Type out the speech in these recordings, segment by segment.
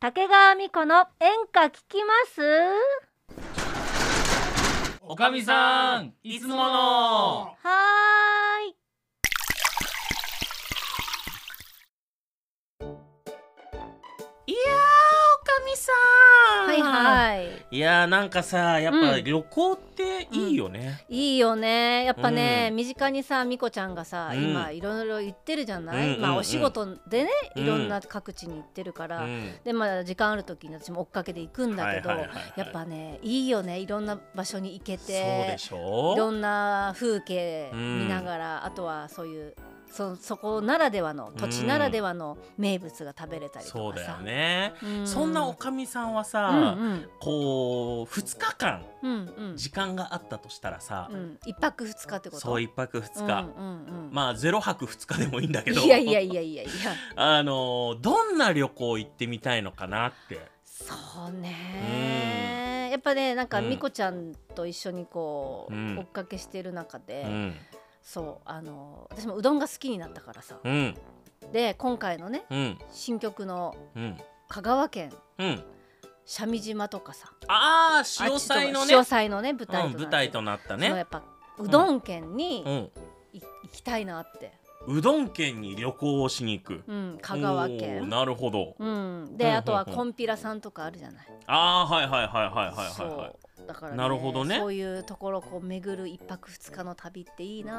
竹川美子の演歌聞きますおかみさんいつものはーいいやーおかみさんはいいやーなんかさやっぱうん旅行っていいよね、いいよねやっぱね、う身近にさ美子ちゃんがさ、うん今いろいろ言ってるじゃない、うんうんうんまあお仕事でねうんいろんな各地に行ってるかうんら、でまあ時間ある時に私も追っかけていくんだけど、はいはいはいはいやっぱねいいよねいろんな場所に行けそうでてしいろょんな風景見ながら、あとはそういうそそこならではの土地ならではの名物が食べれたりそとうかださ、よね、うそんなおかみさんはうさ、んこう2日間うんうんうん時間があったとしたらさ、うん一泊二日ってことそうい1泊2日、うんうんうんまあ0泊2日でもいいんだけどいやいやいやいやいやあのーどんな旅行行ってみたいのかなってそうね、やっぱねなんかうんみこちゃんと一緒にこう、うん追っかけしてる中で、うんそうあの私もうどんが好きになったからさ、うんで今回のねうん新曲のうん香川県うん三味島とかさああ潮騒のねあっちとか潮騒のね舞台となうっん、て舞台となったそのやねっぱうどん県にう、ん、い行きたいなって、うどん県に旅行をしに行くうん、香川おー県なるほどうん、で、うんうんうんあとはこんぴらさんとかあるじゃない。ああはいはいはいはいはいはいはいそうだから、ね、なるほどねそういうところをこう巡る一泊二日の旅っていいな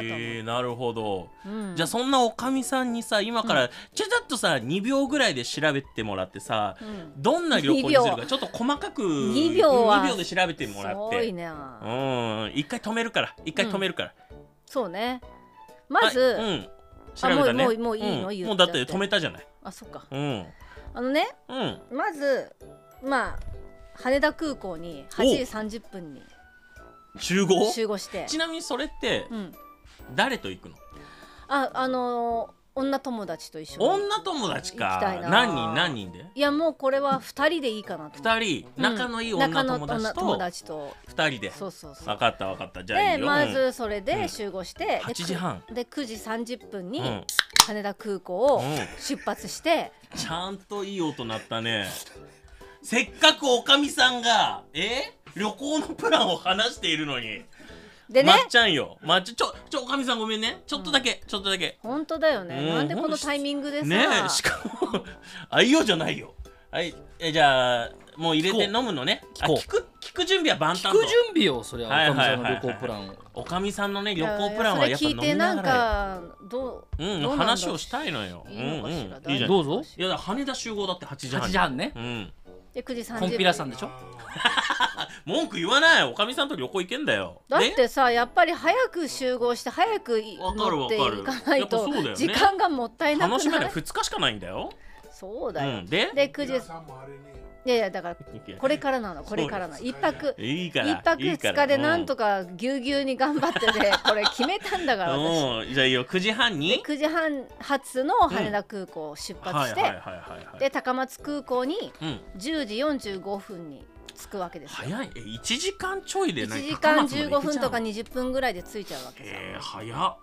ーと思ってえー、なるほど、うんじゃあそんなおかみさんにさ今からちょちょっとさ2秒ぐらいで調べてもらってさうんどんな旅行にするかちょっと細かく二秒は二で調べてもらっすごいてね、うん一回止めるから一回止めるから、そうねまず、はいうん、調べたねもうもうもういいのうん言っちゃってもうだって止めたじゃないあそっかうんあのねうんまずまあ羽田空港に8時30分に集合集合してちなみにそれってうん、誰と行くのああのー女友達と一緒に女友達行きたいかな何人何人でいやもうこれは2人でいいかなと思って2人うん仲のいい女友達仲の女友と達と2人でそうそうそう分かった分かったじゃあでいいよまずそれうでん集合して、 8時半でくで9時30分うにんうん羽田空港をうん出発して、ちゃんといい音鳴ったねせっかくおかみさんがえ旅行のプランを話しているのにでねまっちゃんよまっちゃんちょちょおかみさんごめんねちょっとだけちょっとだけ本当だよね、うんなんでこのタイミングでさ、ねえしかもあいよじゃないよはいえじゃあもう入れて聞こ飲むのね聞あこう聞く聞く準備は万端聞とく準備をそれははいおかはみいさはいんはのい旅行プランを、おかみさんのね旅行プランはやっぱいや飲いやそれ聞いてみななんがらかどううどうんなんだろう話をしたいのよいいのかしら、うんうんいいじゃんどうぞいやだから羽田集合だって8時半8時半ねうんで9時30分コンピラさんでしょ文句言わないおかみさんと旅行行けんだよだっでてさやっぱり早く集合して早くいわかる乗ってわかるいかないやっとぱそうだよね時間がもったいな楽くしめなないい2日しかないんだよそううだよ、んでで9時いさんもあれねやいやだからこれからなのそうこれからなのそうで一す泊いいから一泊いいか二ら日でなんうとかぎゅうぎゅうに頑張って ねこれ決めたんだから私うんじゃあいいよ9時半に9時半発の羽田空港を出発して、はいはいはいはいはいで高松空港にうん10時45分に着くわけですよ早いえ1時間ちょいで1何時間高松まで15行けち分ゃうのとか20分ぐらいで着いちゃうわけさ、えー、早っ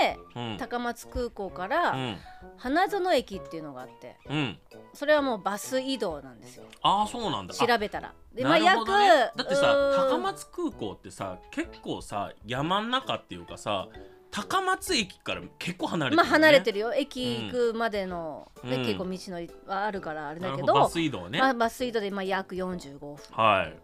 でうん高松空港からうん花園駅っていうのがあってうんそれはもうバス移動なんですよああそうなんだあ調べたらでなるほどねだってさうーん高松空港ってさ結構さ山ん中っていうかさ高松駅から結構離れてる、まね、あ離れてるるよ駅行くまでの、ねうん結構道のりはあるからあれだけどバス移動ね、まあ、バス移動でまあ約45分はい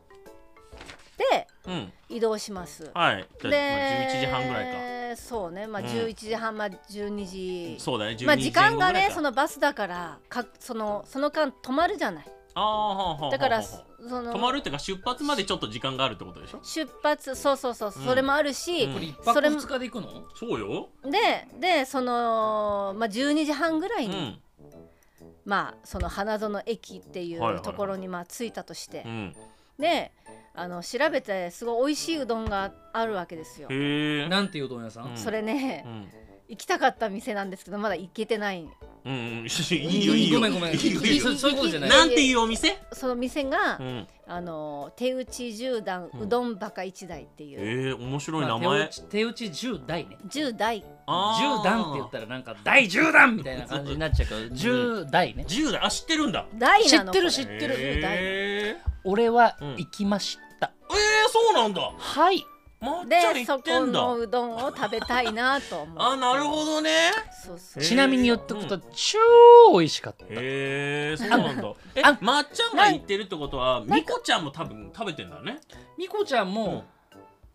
でうん移動します。はいじでゃあ、まあ、11時半ぐらいかそうね、まあ、うん11時半、まあ、12時そうだね12時まあ、時間がね前後ぐらいかそのバスだからかそのその間止まるじゃないああはあはあはあだからはそあの止まるっていうか出発までちょっと時間があるってことでしょ出発そうそうそう、うんそれもあるし、うんこれ1泊それも2日で行くのそうよででその、まあ、12時半ぐらういに、んまあ、その花園駅っていはいはいはういところにまあ着いたとして、うんであの調べてすごい美味しいいうどんがあるわけですよ。へえなんていううどん屋さん、うんそれね、うん1行きたかった店なんですけどまだ行けてないうんうんいいよいいよごめんごめいんいよいいよそそういうことじゃないなんていうお店その店が、うんあの手打ち十段うんうどんバカ一台っていう、えー面白い名まあ前手打ち手打ち10代ね十代あー10段って言ったらなんか第10段みたいな感じになっちゃうから10代ね10代あ知ってるんだ代なの知ってこるれ知ってる10代えー俺は行きましたえーそうなんだはいまっちゃんで行そってこんだのうどんを食べたいなと思うあなるほどねそうそうえちなみに言っとくと超美味しかったへえそうなんだえあまっちゃんが行ってるってことはみこちゃんも多分食べてんだねみこちゃんも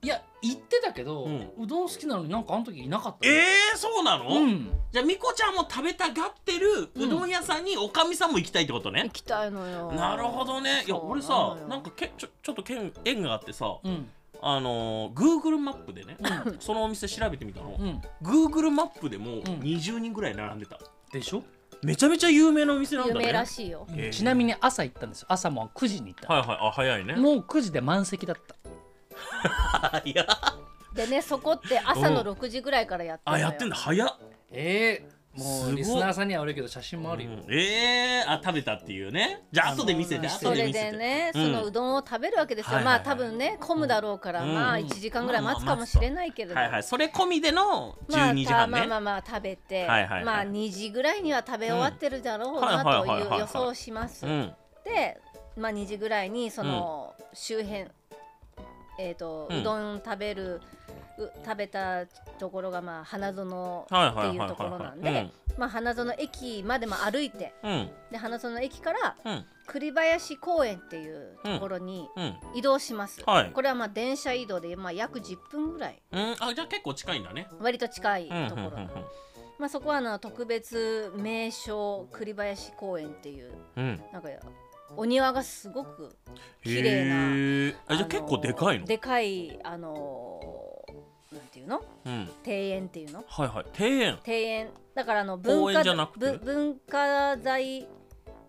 いや行ってたけどうんうどん好きなのになんかあの時いなかったえーそうなの、うんじゃあみこちゃんも食べたがってるうどん屋さんにおかみさんも行きたいってこと行ね、きたいのよなるほどねいやそう俺のさよなんかけちょちょっとけん縁があってさうんあのー、Google マップでね そのお店調べてみたの、うん、 Google マップでもん20人ぐらい並んでた、でしょ、めちゃめちゃ有名なお店なんだ有ね名らしいよへえちなみに朝行ったんですよ朝も9時に行った、はいはいあ早いねもう9時で満席だったいやでねそこって朝のうん6時ぐらいからやってるあのよやってんだ早っ、ええすもごういリスナーさんには悪いけど写真もあうるよ、んえー、あ食べたっていうねじゃあ後で見せてあのー後そでれ見せてでね、うんそのうどんを食べるわけですよ、はいはいはいまあ多分ね混むだろうから、うんまあうん1時間ぐらい待つかもしれないけれど、はいはいそれ込みでのまあ12時た半ね、まあまあまあ食べて、はいはいはいまあ2時ぐらいには食べ終わってるだろううんはいなはいはいはいとはいいう予想をします。うんで、まあ、2時ぐらいにその周辺、えーとうんうどん食べるう食べたところがまあ花園はいっはいてはいいうはいところなはんいで、まあ、花園駅までも歩いてうんうんで花園駅からうん栗林公園っていうところにうん移動します、はいこれはまあ電車移動でまあ約10分ぐらいうんあじゃあ結構近いんだね割と近いうんうんとうこんろ、まあ、そこはあの特別名所栗林公園っていううんうんなんかお庭がすごく綺麗なへえあじゃあの結構でかいのでかいあのなんていうのうん庭園っていうのはいはい庭園庭園だからあの公文園化じゃなくてぶ文化財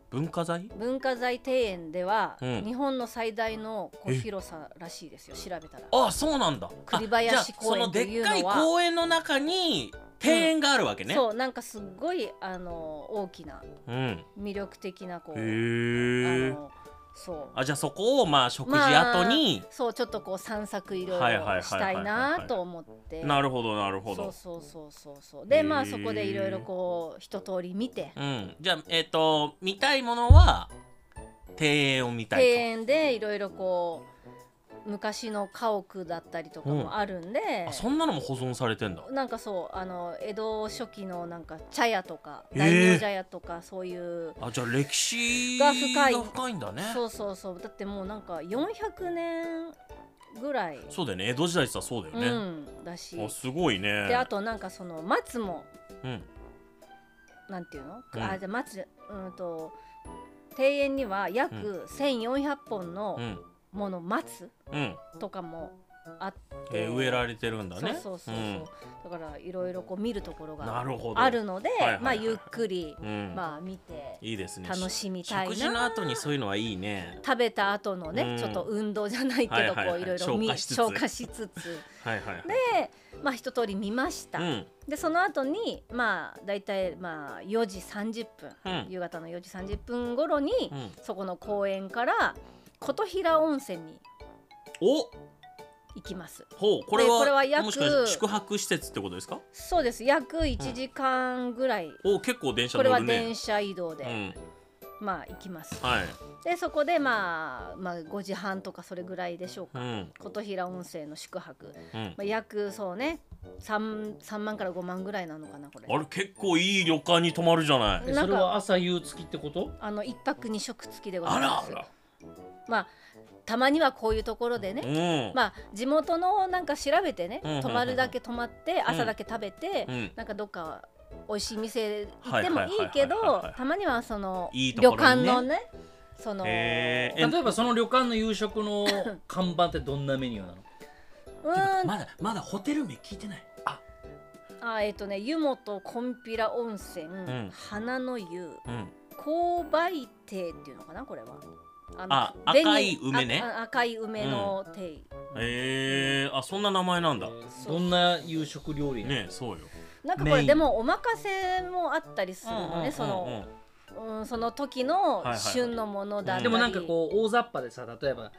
文化財文化財庭園では、うん日本の最大のこうえ広さらしいですよ調べたらあそうなんだ栗林公園あじゃあそのでっかっていいうのは公園の中に庭園があるわけね、そうなんかすっごいあの大きなうん魅力的なこう、へえあのそうあじゃあそこをまあ食事後に、そうちょっとこう散策いろいはいはいろはいはいはいしたいなと思ってなるほどなるほそうどそうそうそうそうでまへあーそこでいろいろこう一通り見てうんじゃあえっ、と見たいものは庭園を見た庭い園でいろいろこう昔の家屋だったりとかもあるんでとあ、そんなのも保存されてんだなんかそうあの江戸初期のなんか茶屋とかへー大名茶屋とかそういう、あじゃあ歴史がが深い深いんだねそうそうそうだってもうなんか400年ぐらい、そうだよね江戸時代ってさそうだうよね、ん、だしあすごいねであとなんかその松もうんなんていうの、うんあじゃあ松うんと庭園には約う1400本のうんもの松うんとかもあって、えー植えられてるんだねそうそうそうそう、だからいろいろこう見るところうん、ながるほどあるのでいはいはいまあゆっくり、うんまあ見ていいですね楽しみたい食な事の後にそういうのはいいね食べた後のね、うんちょっと運動じゃないけどこはいはいはういいろいろ見消化しつつ消化しつつ はいはいはいでまあ一通り見ました、うんでその後にまあ大体まあ4時30分、うん夕方の4時30分頃に、うんそこの公園から琴平温泉にお行きますほうこれではこれは約もしかして宿泊施設ってことですかそうです約1時間ぐらい、お結構電車これ乗はるね電車移動で、うまあ行きますんはいでそこでまあまあ5時半とかそれぐらいでしょううか、ん琴平温泉の宿泊、うんまあ、約そうね 3, 3万から5万ぐらいなのかなこれあれ結構いい旅館に泊まるじゃないえなんかそれは朝夕付きってことあの1泊2食付きでござあいらまあすらまあたまにはこういうところでね、うんまあ地元のなんか調べてね、うんうんうんうん泊まるだけ泊まって朝だけ食べて、うんなんかどっか美味しい店行ってもはいいはいはいはいはいいけどたまにはそのいいと旅ころ館にねのねその、へえ例えばその旅館の夕食 の看板ってどんなメニューなのうーんまだまだホテル名聞いてないああえっ、とね湯本こんぴら温泉、ん花の湯うん紅梅亭っていうのかなこれはああ紅赤い梅ねああ赤い梅の亭、えー、あそんな名前なんだどんな夕食料理なのねそうよなんかこメイれンでもお任せもあったりするうんうんのうんうんねそのうんその時のいはい旬のものだったりでもなんかこう大雑把でさ例えば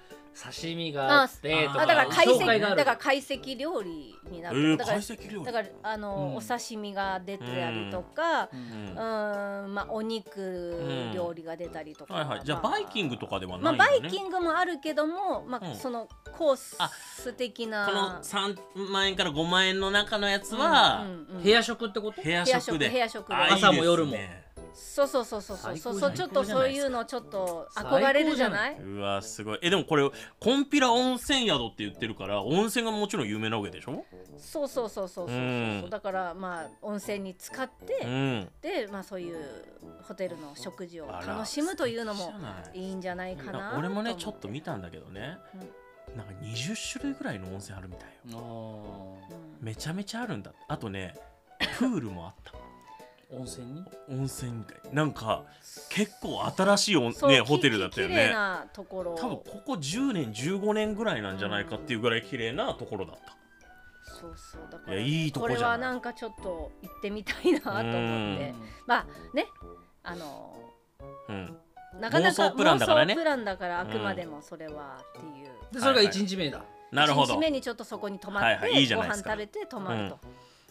刺身がああってとあかあだから解紹介析があだるから解析料理になえってー、だか解ら析料理だからあの、うんお刺身が出てたりとか、ううんうんん、まあお肉料理が出たりとか、はいはいじゃあバイキングとかではまなあいよ、バねイキングもあるけども、まうんあ、そのコース的こなの、3万円から5万円の中のやつは、うんうん部屋食ってこと部屋部屋食食で部屋食であいいですね朝も夜もそうそうそうそうそう最そ高じゃうないちょっとそういうのちょっと憧れるじゃないうわすごいえでもこれコンピラ温泉宿って言ってるから温泉がもちろん有名なわけでしょそうそうそうそうそうそう、うんだからまあ温泉に使って、うんでまあそういうホテルの食事をあら楽しむというのも素敵じゃないいいんじゃないかな俺もねとちょっと見たんだけどね、なんか20種類ぐらいの温泉あるみたいよ思ううんめちゃめちゃあるんだあとねプールもあった温泉に温泉街なんか結構新しい温そうねきホテルだったよき綺麗ねなところ多分ここ10年15年ぐらいなんじゃないかっていうぐらい綺麗なところだったそうそうだからいやいいとここじゃれはないなんかちょっと行ってみたいなと思っうてんまあねあのうんなかなか妄想プランだからね妄想プランだからあくまでもそれはっていう、でそれが1日目だなるほ1ど日目にちょっとそこに泊まって、はいはいいいじゃごないで飯すか食べて泊まると、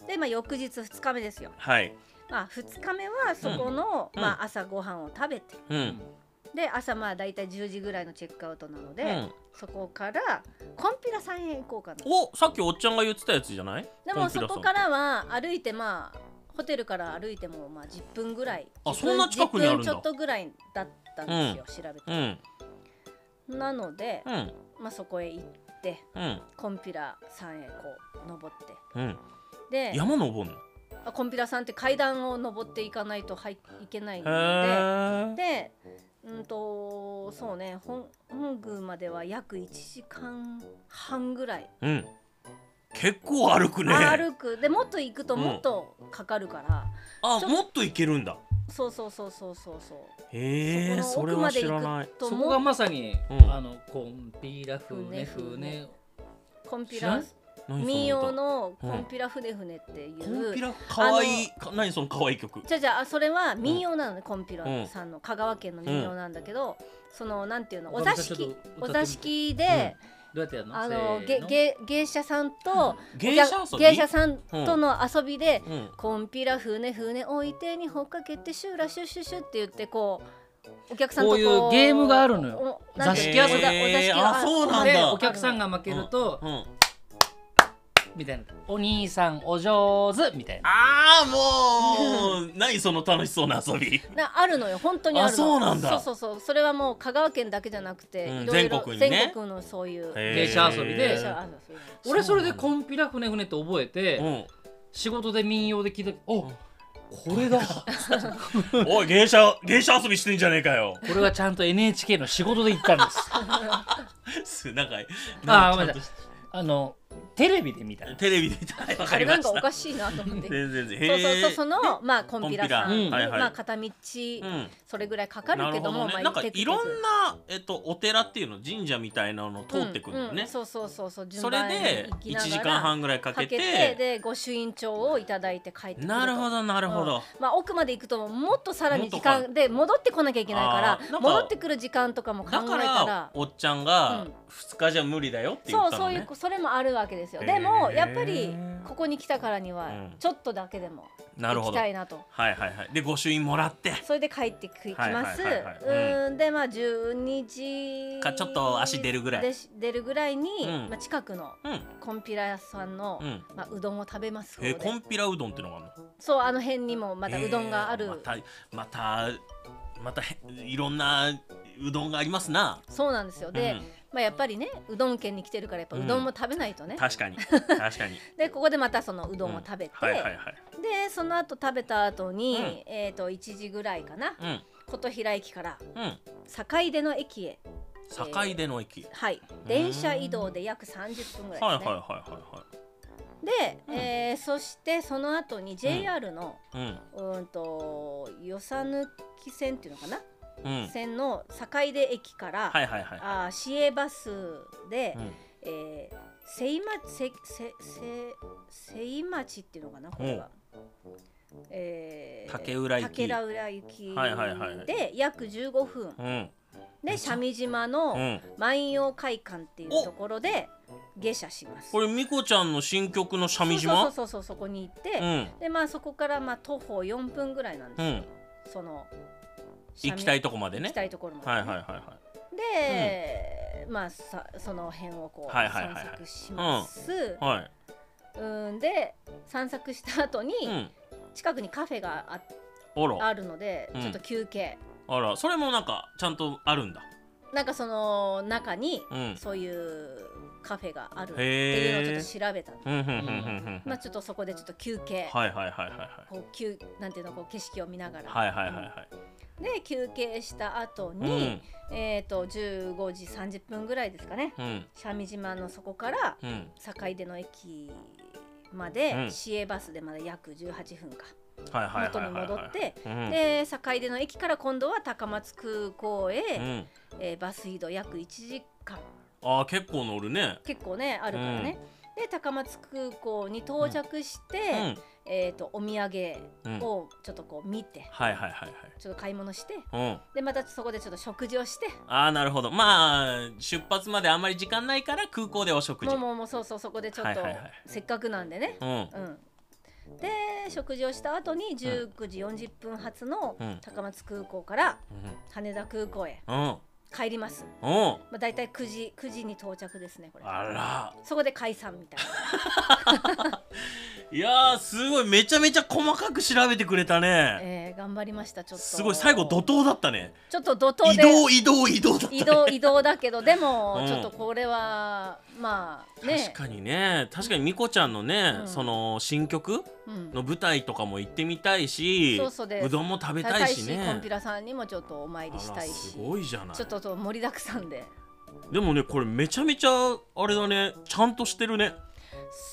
で、まあ、翌日2日目ですよ、はいまあ、2日目はそこの、うんまあ、朝ご飯を食べてうんで朝まあ大体10時ぐらいのチェックアウトなので、うんそこからコンピラさんへ行こうかなおさっきおっちゃんが言ってたやつじゃないでコンもそピラさんこからは歩いてまあホテルから歩いてもまあ10分ぐらいあ10そんな近くにあるんだ10分ちょっとぐらいだったんですよ、調べうて、んなので、うんまあ、そこへ行ってうんコンピラさんへこう登ってうんで山登んのあコンピラさんって階段を登っていかないとはいいけないへのーででうんとそうね本本宮までは約1時間半ぐらいうん結構歩くね歩くでもっと行くとうんもっとかかるから、あちょもっといけるんだそうそうそうそうそうそうへえそそこれの奥はまで知行らくないとそこがもまさに、うんあのコンピラ船船コンピ知らラん何その歌民謡の「コンピラ船船」っていう、コンピラ可愛いか何その可愛い曲じゃあじゃあそれは民謡なのね、コンピラさんの香川県の民う謡なんだけど、そのなんていうのお岡村座さんちょっ敷と歌ってみてお座敷で、どうやってやるのあのせげーのげ芸者さんと、芸や者遊び芸者さんとの遊びで、うんこんぴら船船置いてにほっかけてシューラシュシュシュって言ってこうお客さんとこういうゲームがあるのよよ座座敷敷遊遊びびお座敷へーあそうなんだでお客さんが負けると、うんみたいなお兄さんお上手みたいなああも う何その楽しそうな遊びなあるのよ本当にあるのあそうなんだそうそうそうそれはもう香川県だけじゃなくて、うんいろいろ全国にね全国のそういうへー芸者遊びで芸者遊び俺それでコンピラ船船って覚えて、うん仕事で民謡で聞いたおこれだこおい芸者芸者遊びしてんじゃねえかよれはちゃんと NHK の仕事で行ったんですすなんかあーんかごめんなさいあのテレビで見たテレビで見 たはいわかありれなまんかおしたかしいなと思って。そう全然全そう然へーそうそのまあコンピラさコンん、ピラはいはいまあ片道うんそれぐらいかかるけどもなるほどねまあなんか行ってくいろんな、えっと、お寺っていうの神社みたいなのを通ってくるのうんうね、んそうそうそうそう順それ番にで行き1ながら時間半ぐらいかけてで御朱印帳をいただいて帰ってくるとなるほどなるほど、まあ、奥まで行くともっとさらに時もっと間で戻ってこなきゃいけないかあらーなんか戻ってくる時間とかも考えだたかららおっちゃんがうん2日じゃ無理だよって言そっうたそのういうね、こそれもあるわけですよへーでもやっぱりここに来たからにうはんちょっとだけでもなる行ほきどたはいいなと。はいはいで御朱印もらってそれで帰ってきはいはいます。うはいはいーんでまあ12時かちょっと足出るぐらいでし出るぐらいに、うんまあ、近くのうんコンピラ屋さんの、うんまあ、うどんを食べますのえでー、コンピラうどんってのがあるのそうあの辺にもまたうどんがある、えーまたまたまたへいろんなうどんがありますなそうなんですよで、うんまあ、やっぱりねうどん県に来てるからやっぱうどんも食べないとね、確かに確かに でここでまたそのうどんを食べて、はいはいはいでその後食べた後に、えっ、と1時ぐらいかなうん琴平駅からうん坂出の駅へ境出の駅、はい電車移動で約30分ぐらいですね、はいはいはいはで、うんえーそしてその後に JR の、いはいうーんと与謝抜線っていうのかな、うんうん線の坂出駅から、はいはいはいあー市営バスで、うんえー、せいませせせせい町っていうのかなこれは、えー竹浦行き竹浦行きはいはいはいで約15分うんでちゃ三味島うのん万葉会館っていうところで下車します。これみこちゃんの新曲の三味そ島うそうそうそうそこに行っうて、んでまあそこからまあ徒歩4分ぐらいなんですよ、その行きたいいとこまで行ねきたいところまで、はいはいねはいはで、まあさその辺をこうはいはいはい散はい策します、いはうんで散策した後にいうん近くにカフェがああらあるのでうんちょっと休憩、あらそれもなんかちゃんとあるんだなんかその中にうんそういうカフェがあるっていうのをちょへっえと調べたの、うんうんうんうんうんうんまあちょっとそこでちょっと休憩、はいはいはいはいはいこう休なんていうのこう景色を見ながら、はいはいはいはいで休憩した後うにん、えっ、と15時30分ぐらいですかねうん三味島のそこからうん坂出の駅まで、うん市営バスでまだ約18分かはいはいはい元はにいはい戻って、うんで坂出の駅から今度は高松空港へ、うんえーバス移動約1時間あー結構乗るね結構ねあるからね、で高松空港に到着して、うんはいえー、とお土うん産をちょっとこう見て、はいはいはいちょっと買い物してうんでまたそこでちょっと食事をしてああなるほどまあ出発まであんまり時間ないから空港でお食事もうもうもうそうそうそこでちょっと、はいはいはいせっかくなんでね、うんうんうん、で食事をした後に19時40分発のうん高松空港から羽田空港へうん帰ります、うんまあ、大体9時9時に到着ですねこれあらそこで解散みたいいやーすごいめちゃめちゃ細かく調べてくれたな、えねー、頑張りましたちょっとすごい最後怒涛だったねちょっと怒移涛で動移動移動だった、ね、移動移動だけどでも、うんちょっとこれはまあね確かにね確かにみこちゃんのね、うんその新曲うんの舞台とかも行ってみたいしそうそうですどんも食べ食べたいしねコンピラさんにもちょっとお参りしあたらいすしごいじゃないちょっとそう盛りだくさんででもねこれめちゃめちゃあれだねちゃんとしてるね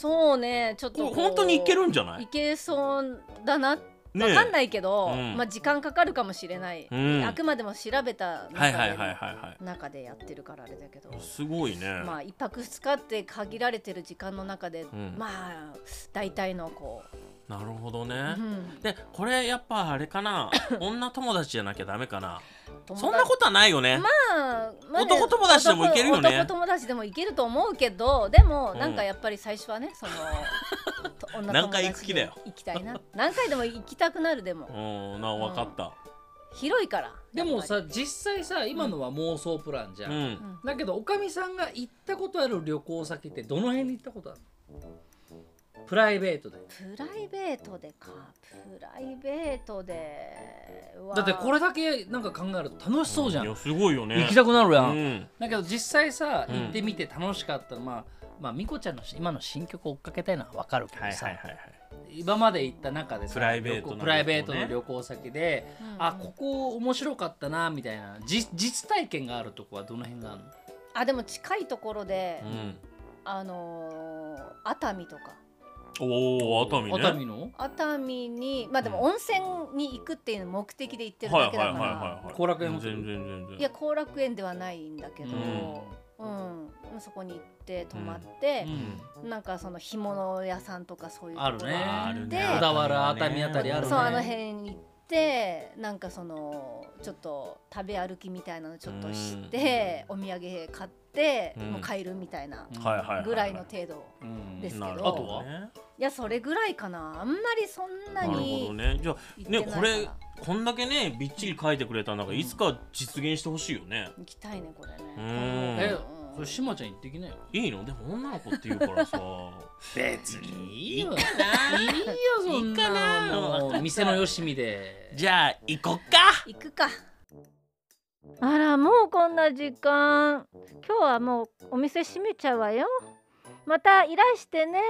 そうねちょっとここれう本当にいけるんじゃないいけそうだなわねかんないけど、うんまあ時間かかるかもしれない、うんあくまでも調べた中で,、はいはいはいはいは中でやってるからあれだけどい。すごいね、まあ一泊二日って限られてる時間の中で、んまあ大体のこなるほどう、ねう、ん、でこれやっぱあれ かな女友達じゃなきゃダメかな友達そんなことはないよね、まあまあね男友達でもいけるよね男男友達でもいけると思うけどでもうんなんかやっぱり最初はね そのと女友達で何回行く気だよ行きたいな何回でも行きたくなるでもうんな分かった広いからでやもっさ実際さ今のは妄想プランじゃ、うんぱりんだけどおかみさんが行ったことある旅行先ってどの辺に行ったことあるのプライベートでうんプライベートでかプライベートではだってこれだけなんか考えると楽しそうじゃん、いやすごいよね行きたくなるやん、うんだけど実際さうん行ってみて楽しかったの、まあまあみこちゃんの今の新曲を追っかけたいのはわかるけどはいさ、はいはいはい今まで行った中でさプライベートの旅行旅行ねプライベートの旅行先で、うんあここ面白かったなみたいなじ実体験があるとこはどの辺があるのあでも近いところで、うんあのー熱海とかおお熱海ね熱海の熱海にまあでも温泉に行くっていう目的で行ってるはいだはけいだはから、いはいはい後楽園ホテル全然全然いや後楽園ではないんだけど、ううん、そこに行って泊まって、んなんかその干物屋さんとかそういうとこあるねがあっるてね小田原熱海あたりあるねそうあの辺に行ってなんかそのちょっと食べ歩きみたいなのちょっとして、お土産買って、うんもう帰るみたいなうんはいはいははぐらいの程度、うんですけどなるあほとどはねいやそれぐらいかなあんまりそんななるほどにねじゃあ行ってないねから、これこんだけねびっちり書いてくれた中いつか実現してほしいよね、行きたいねこれねうんえうんそれしまちゃん行ってきなよいいのでも女の子って言うからさ 別にいいよないいよそんいいかななのもう店のよしみでじゃあ行こっか行くかあらもうこんな時間今日はもうお店閉めちゃうわよまたいらしてね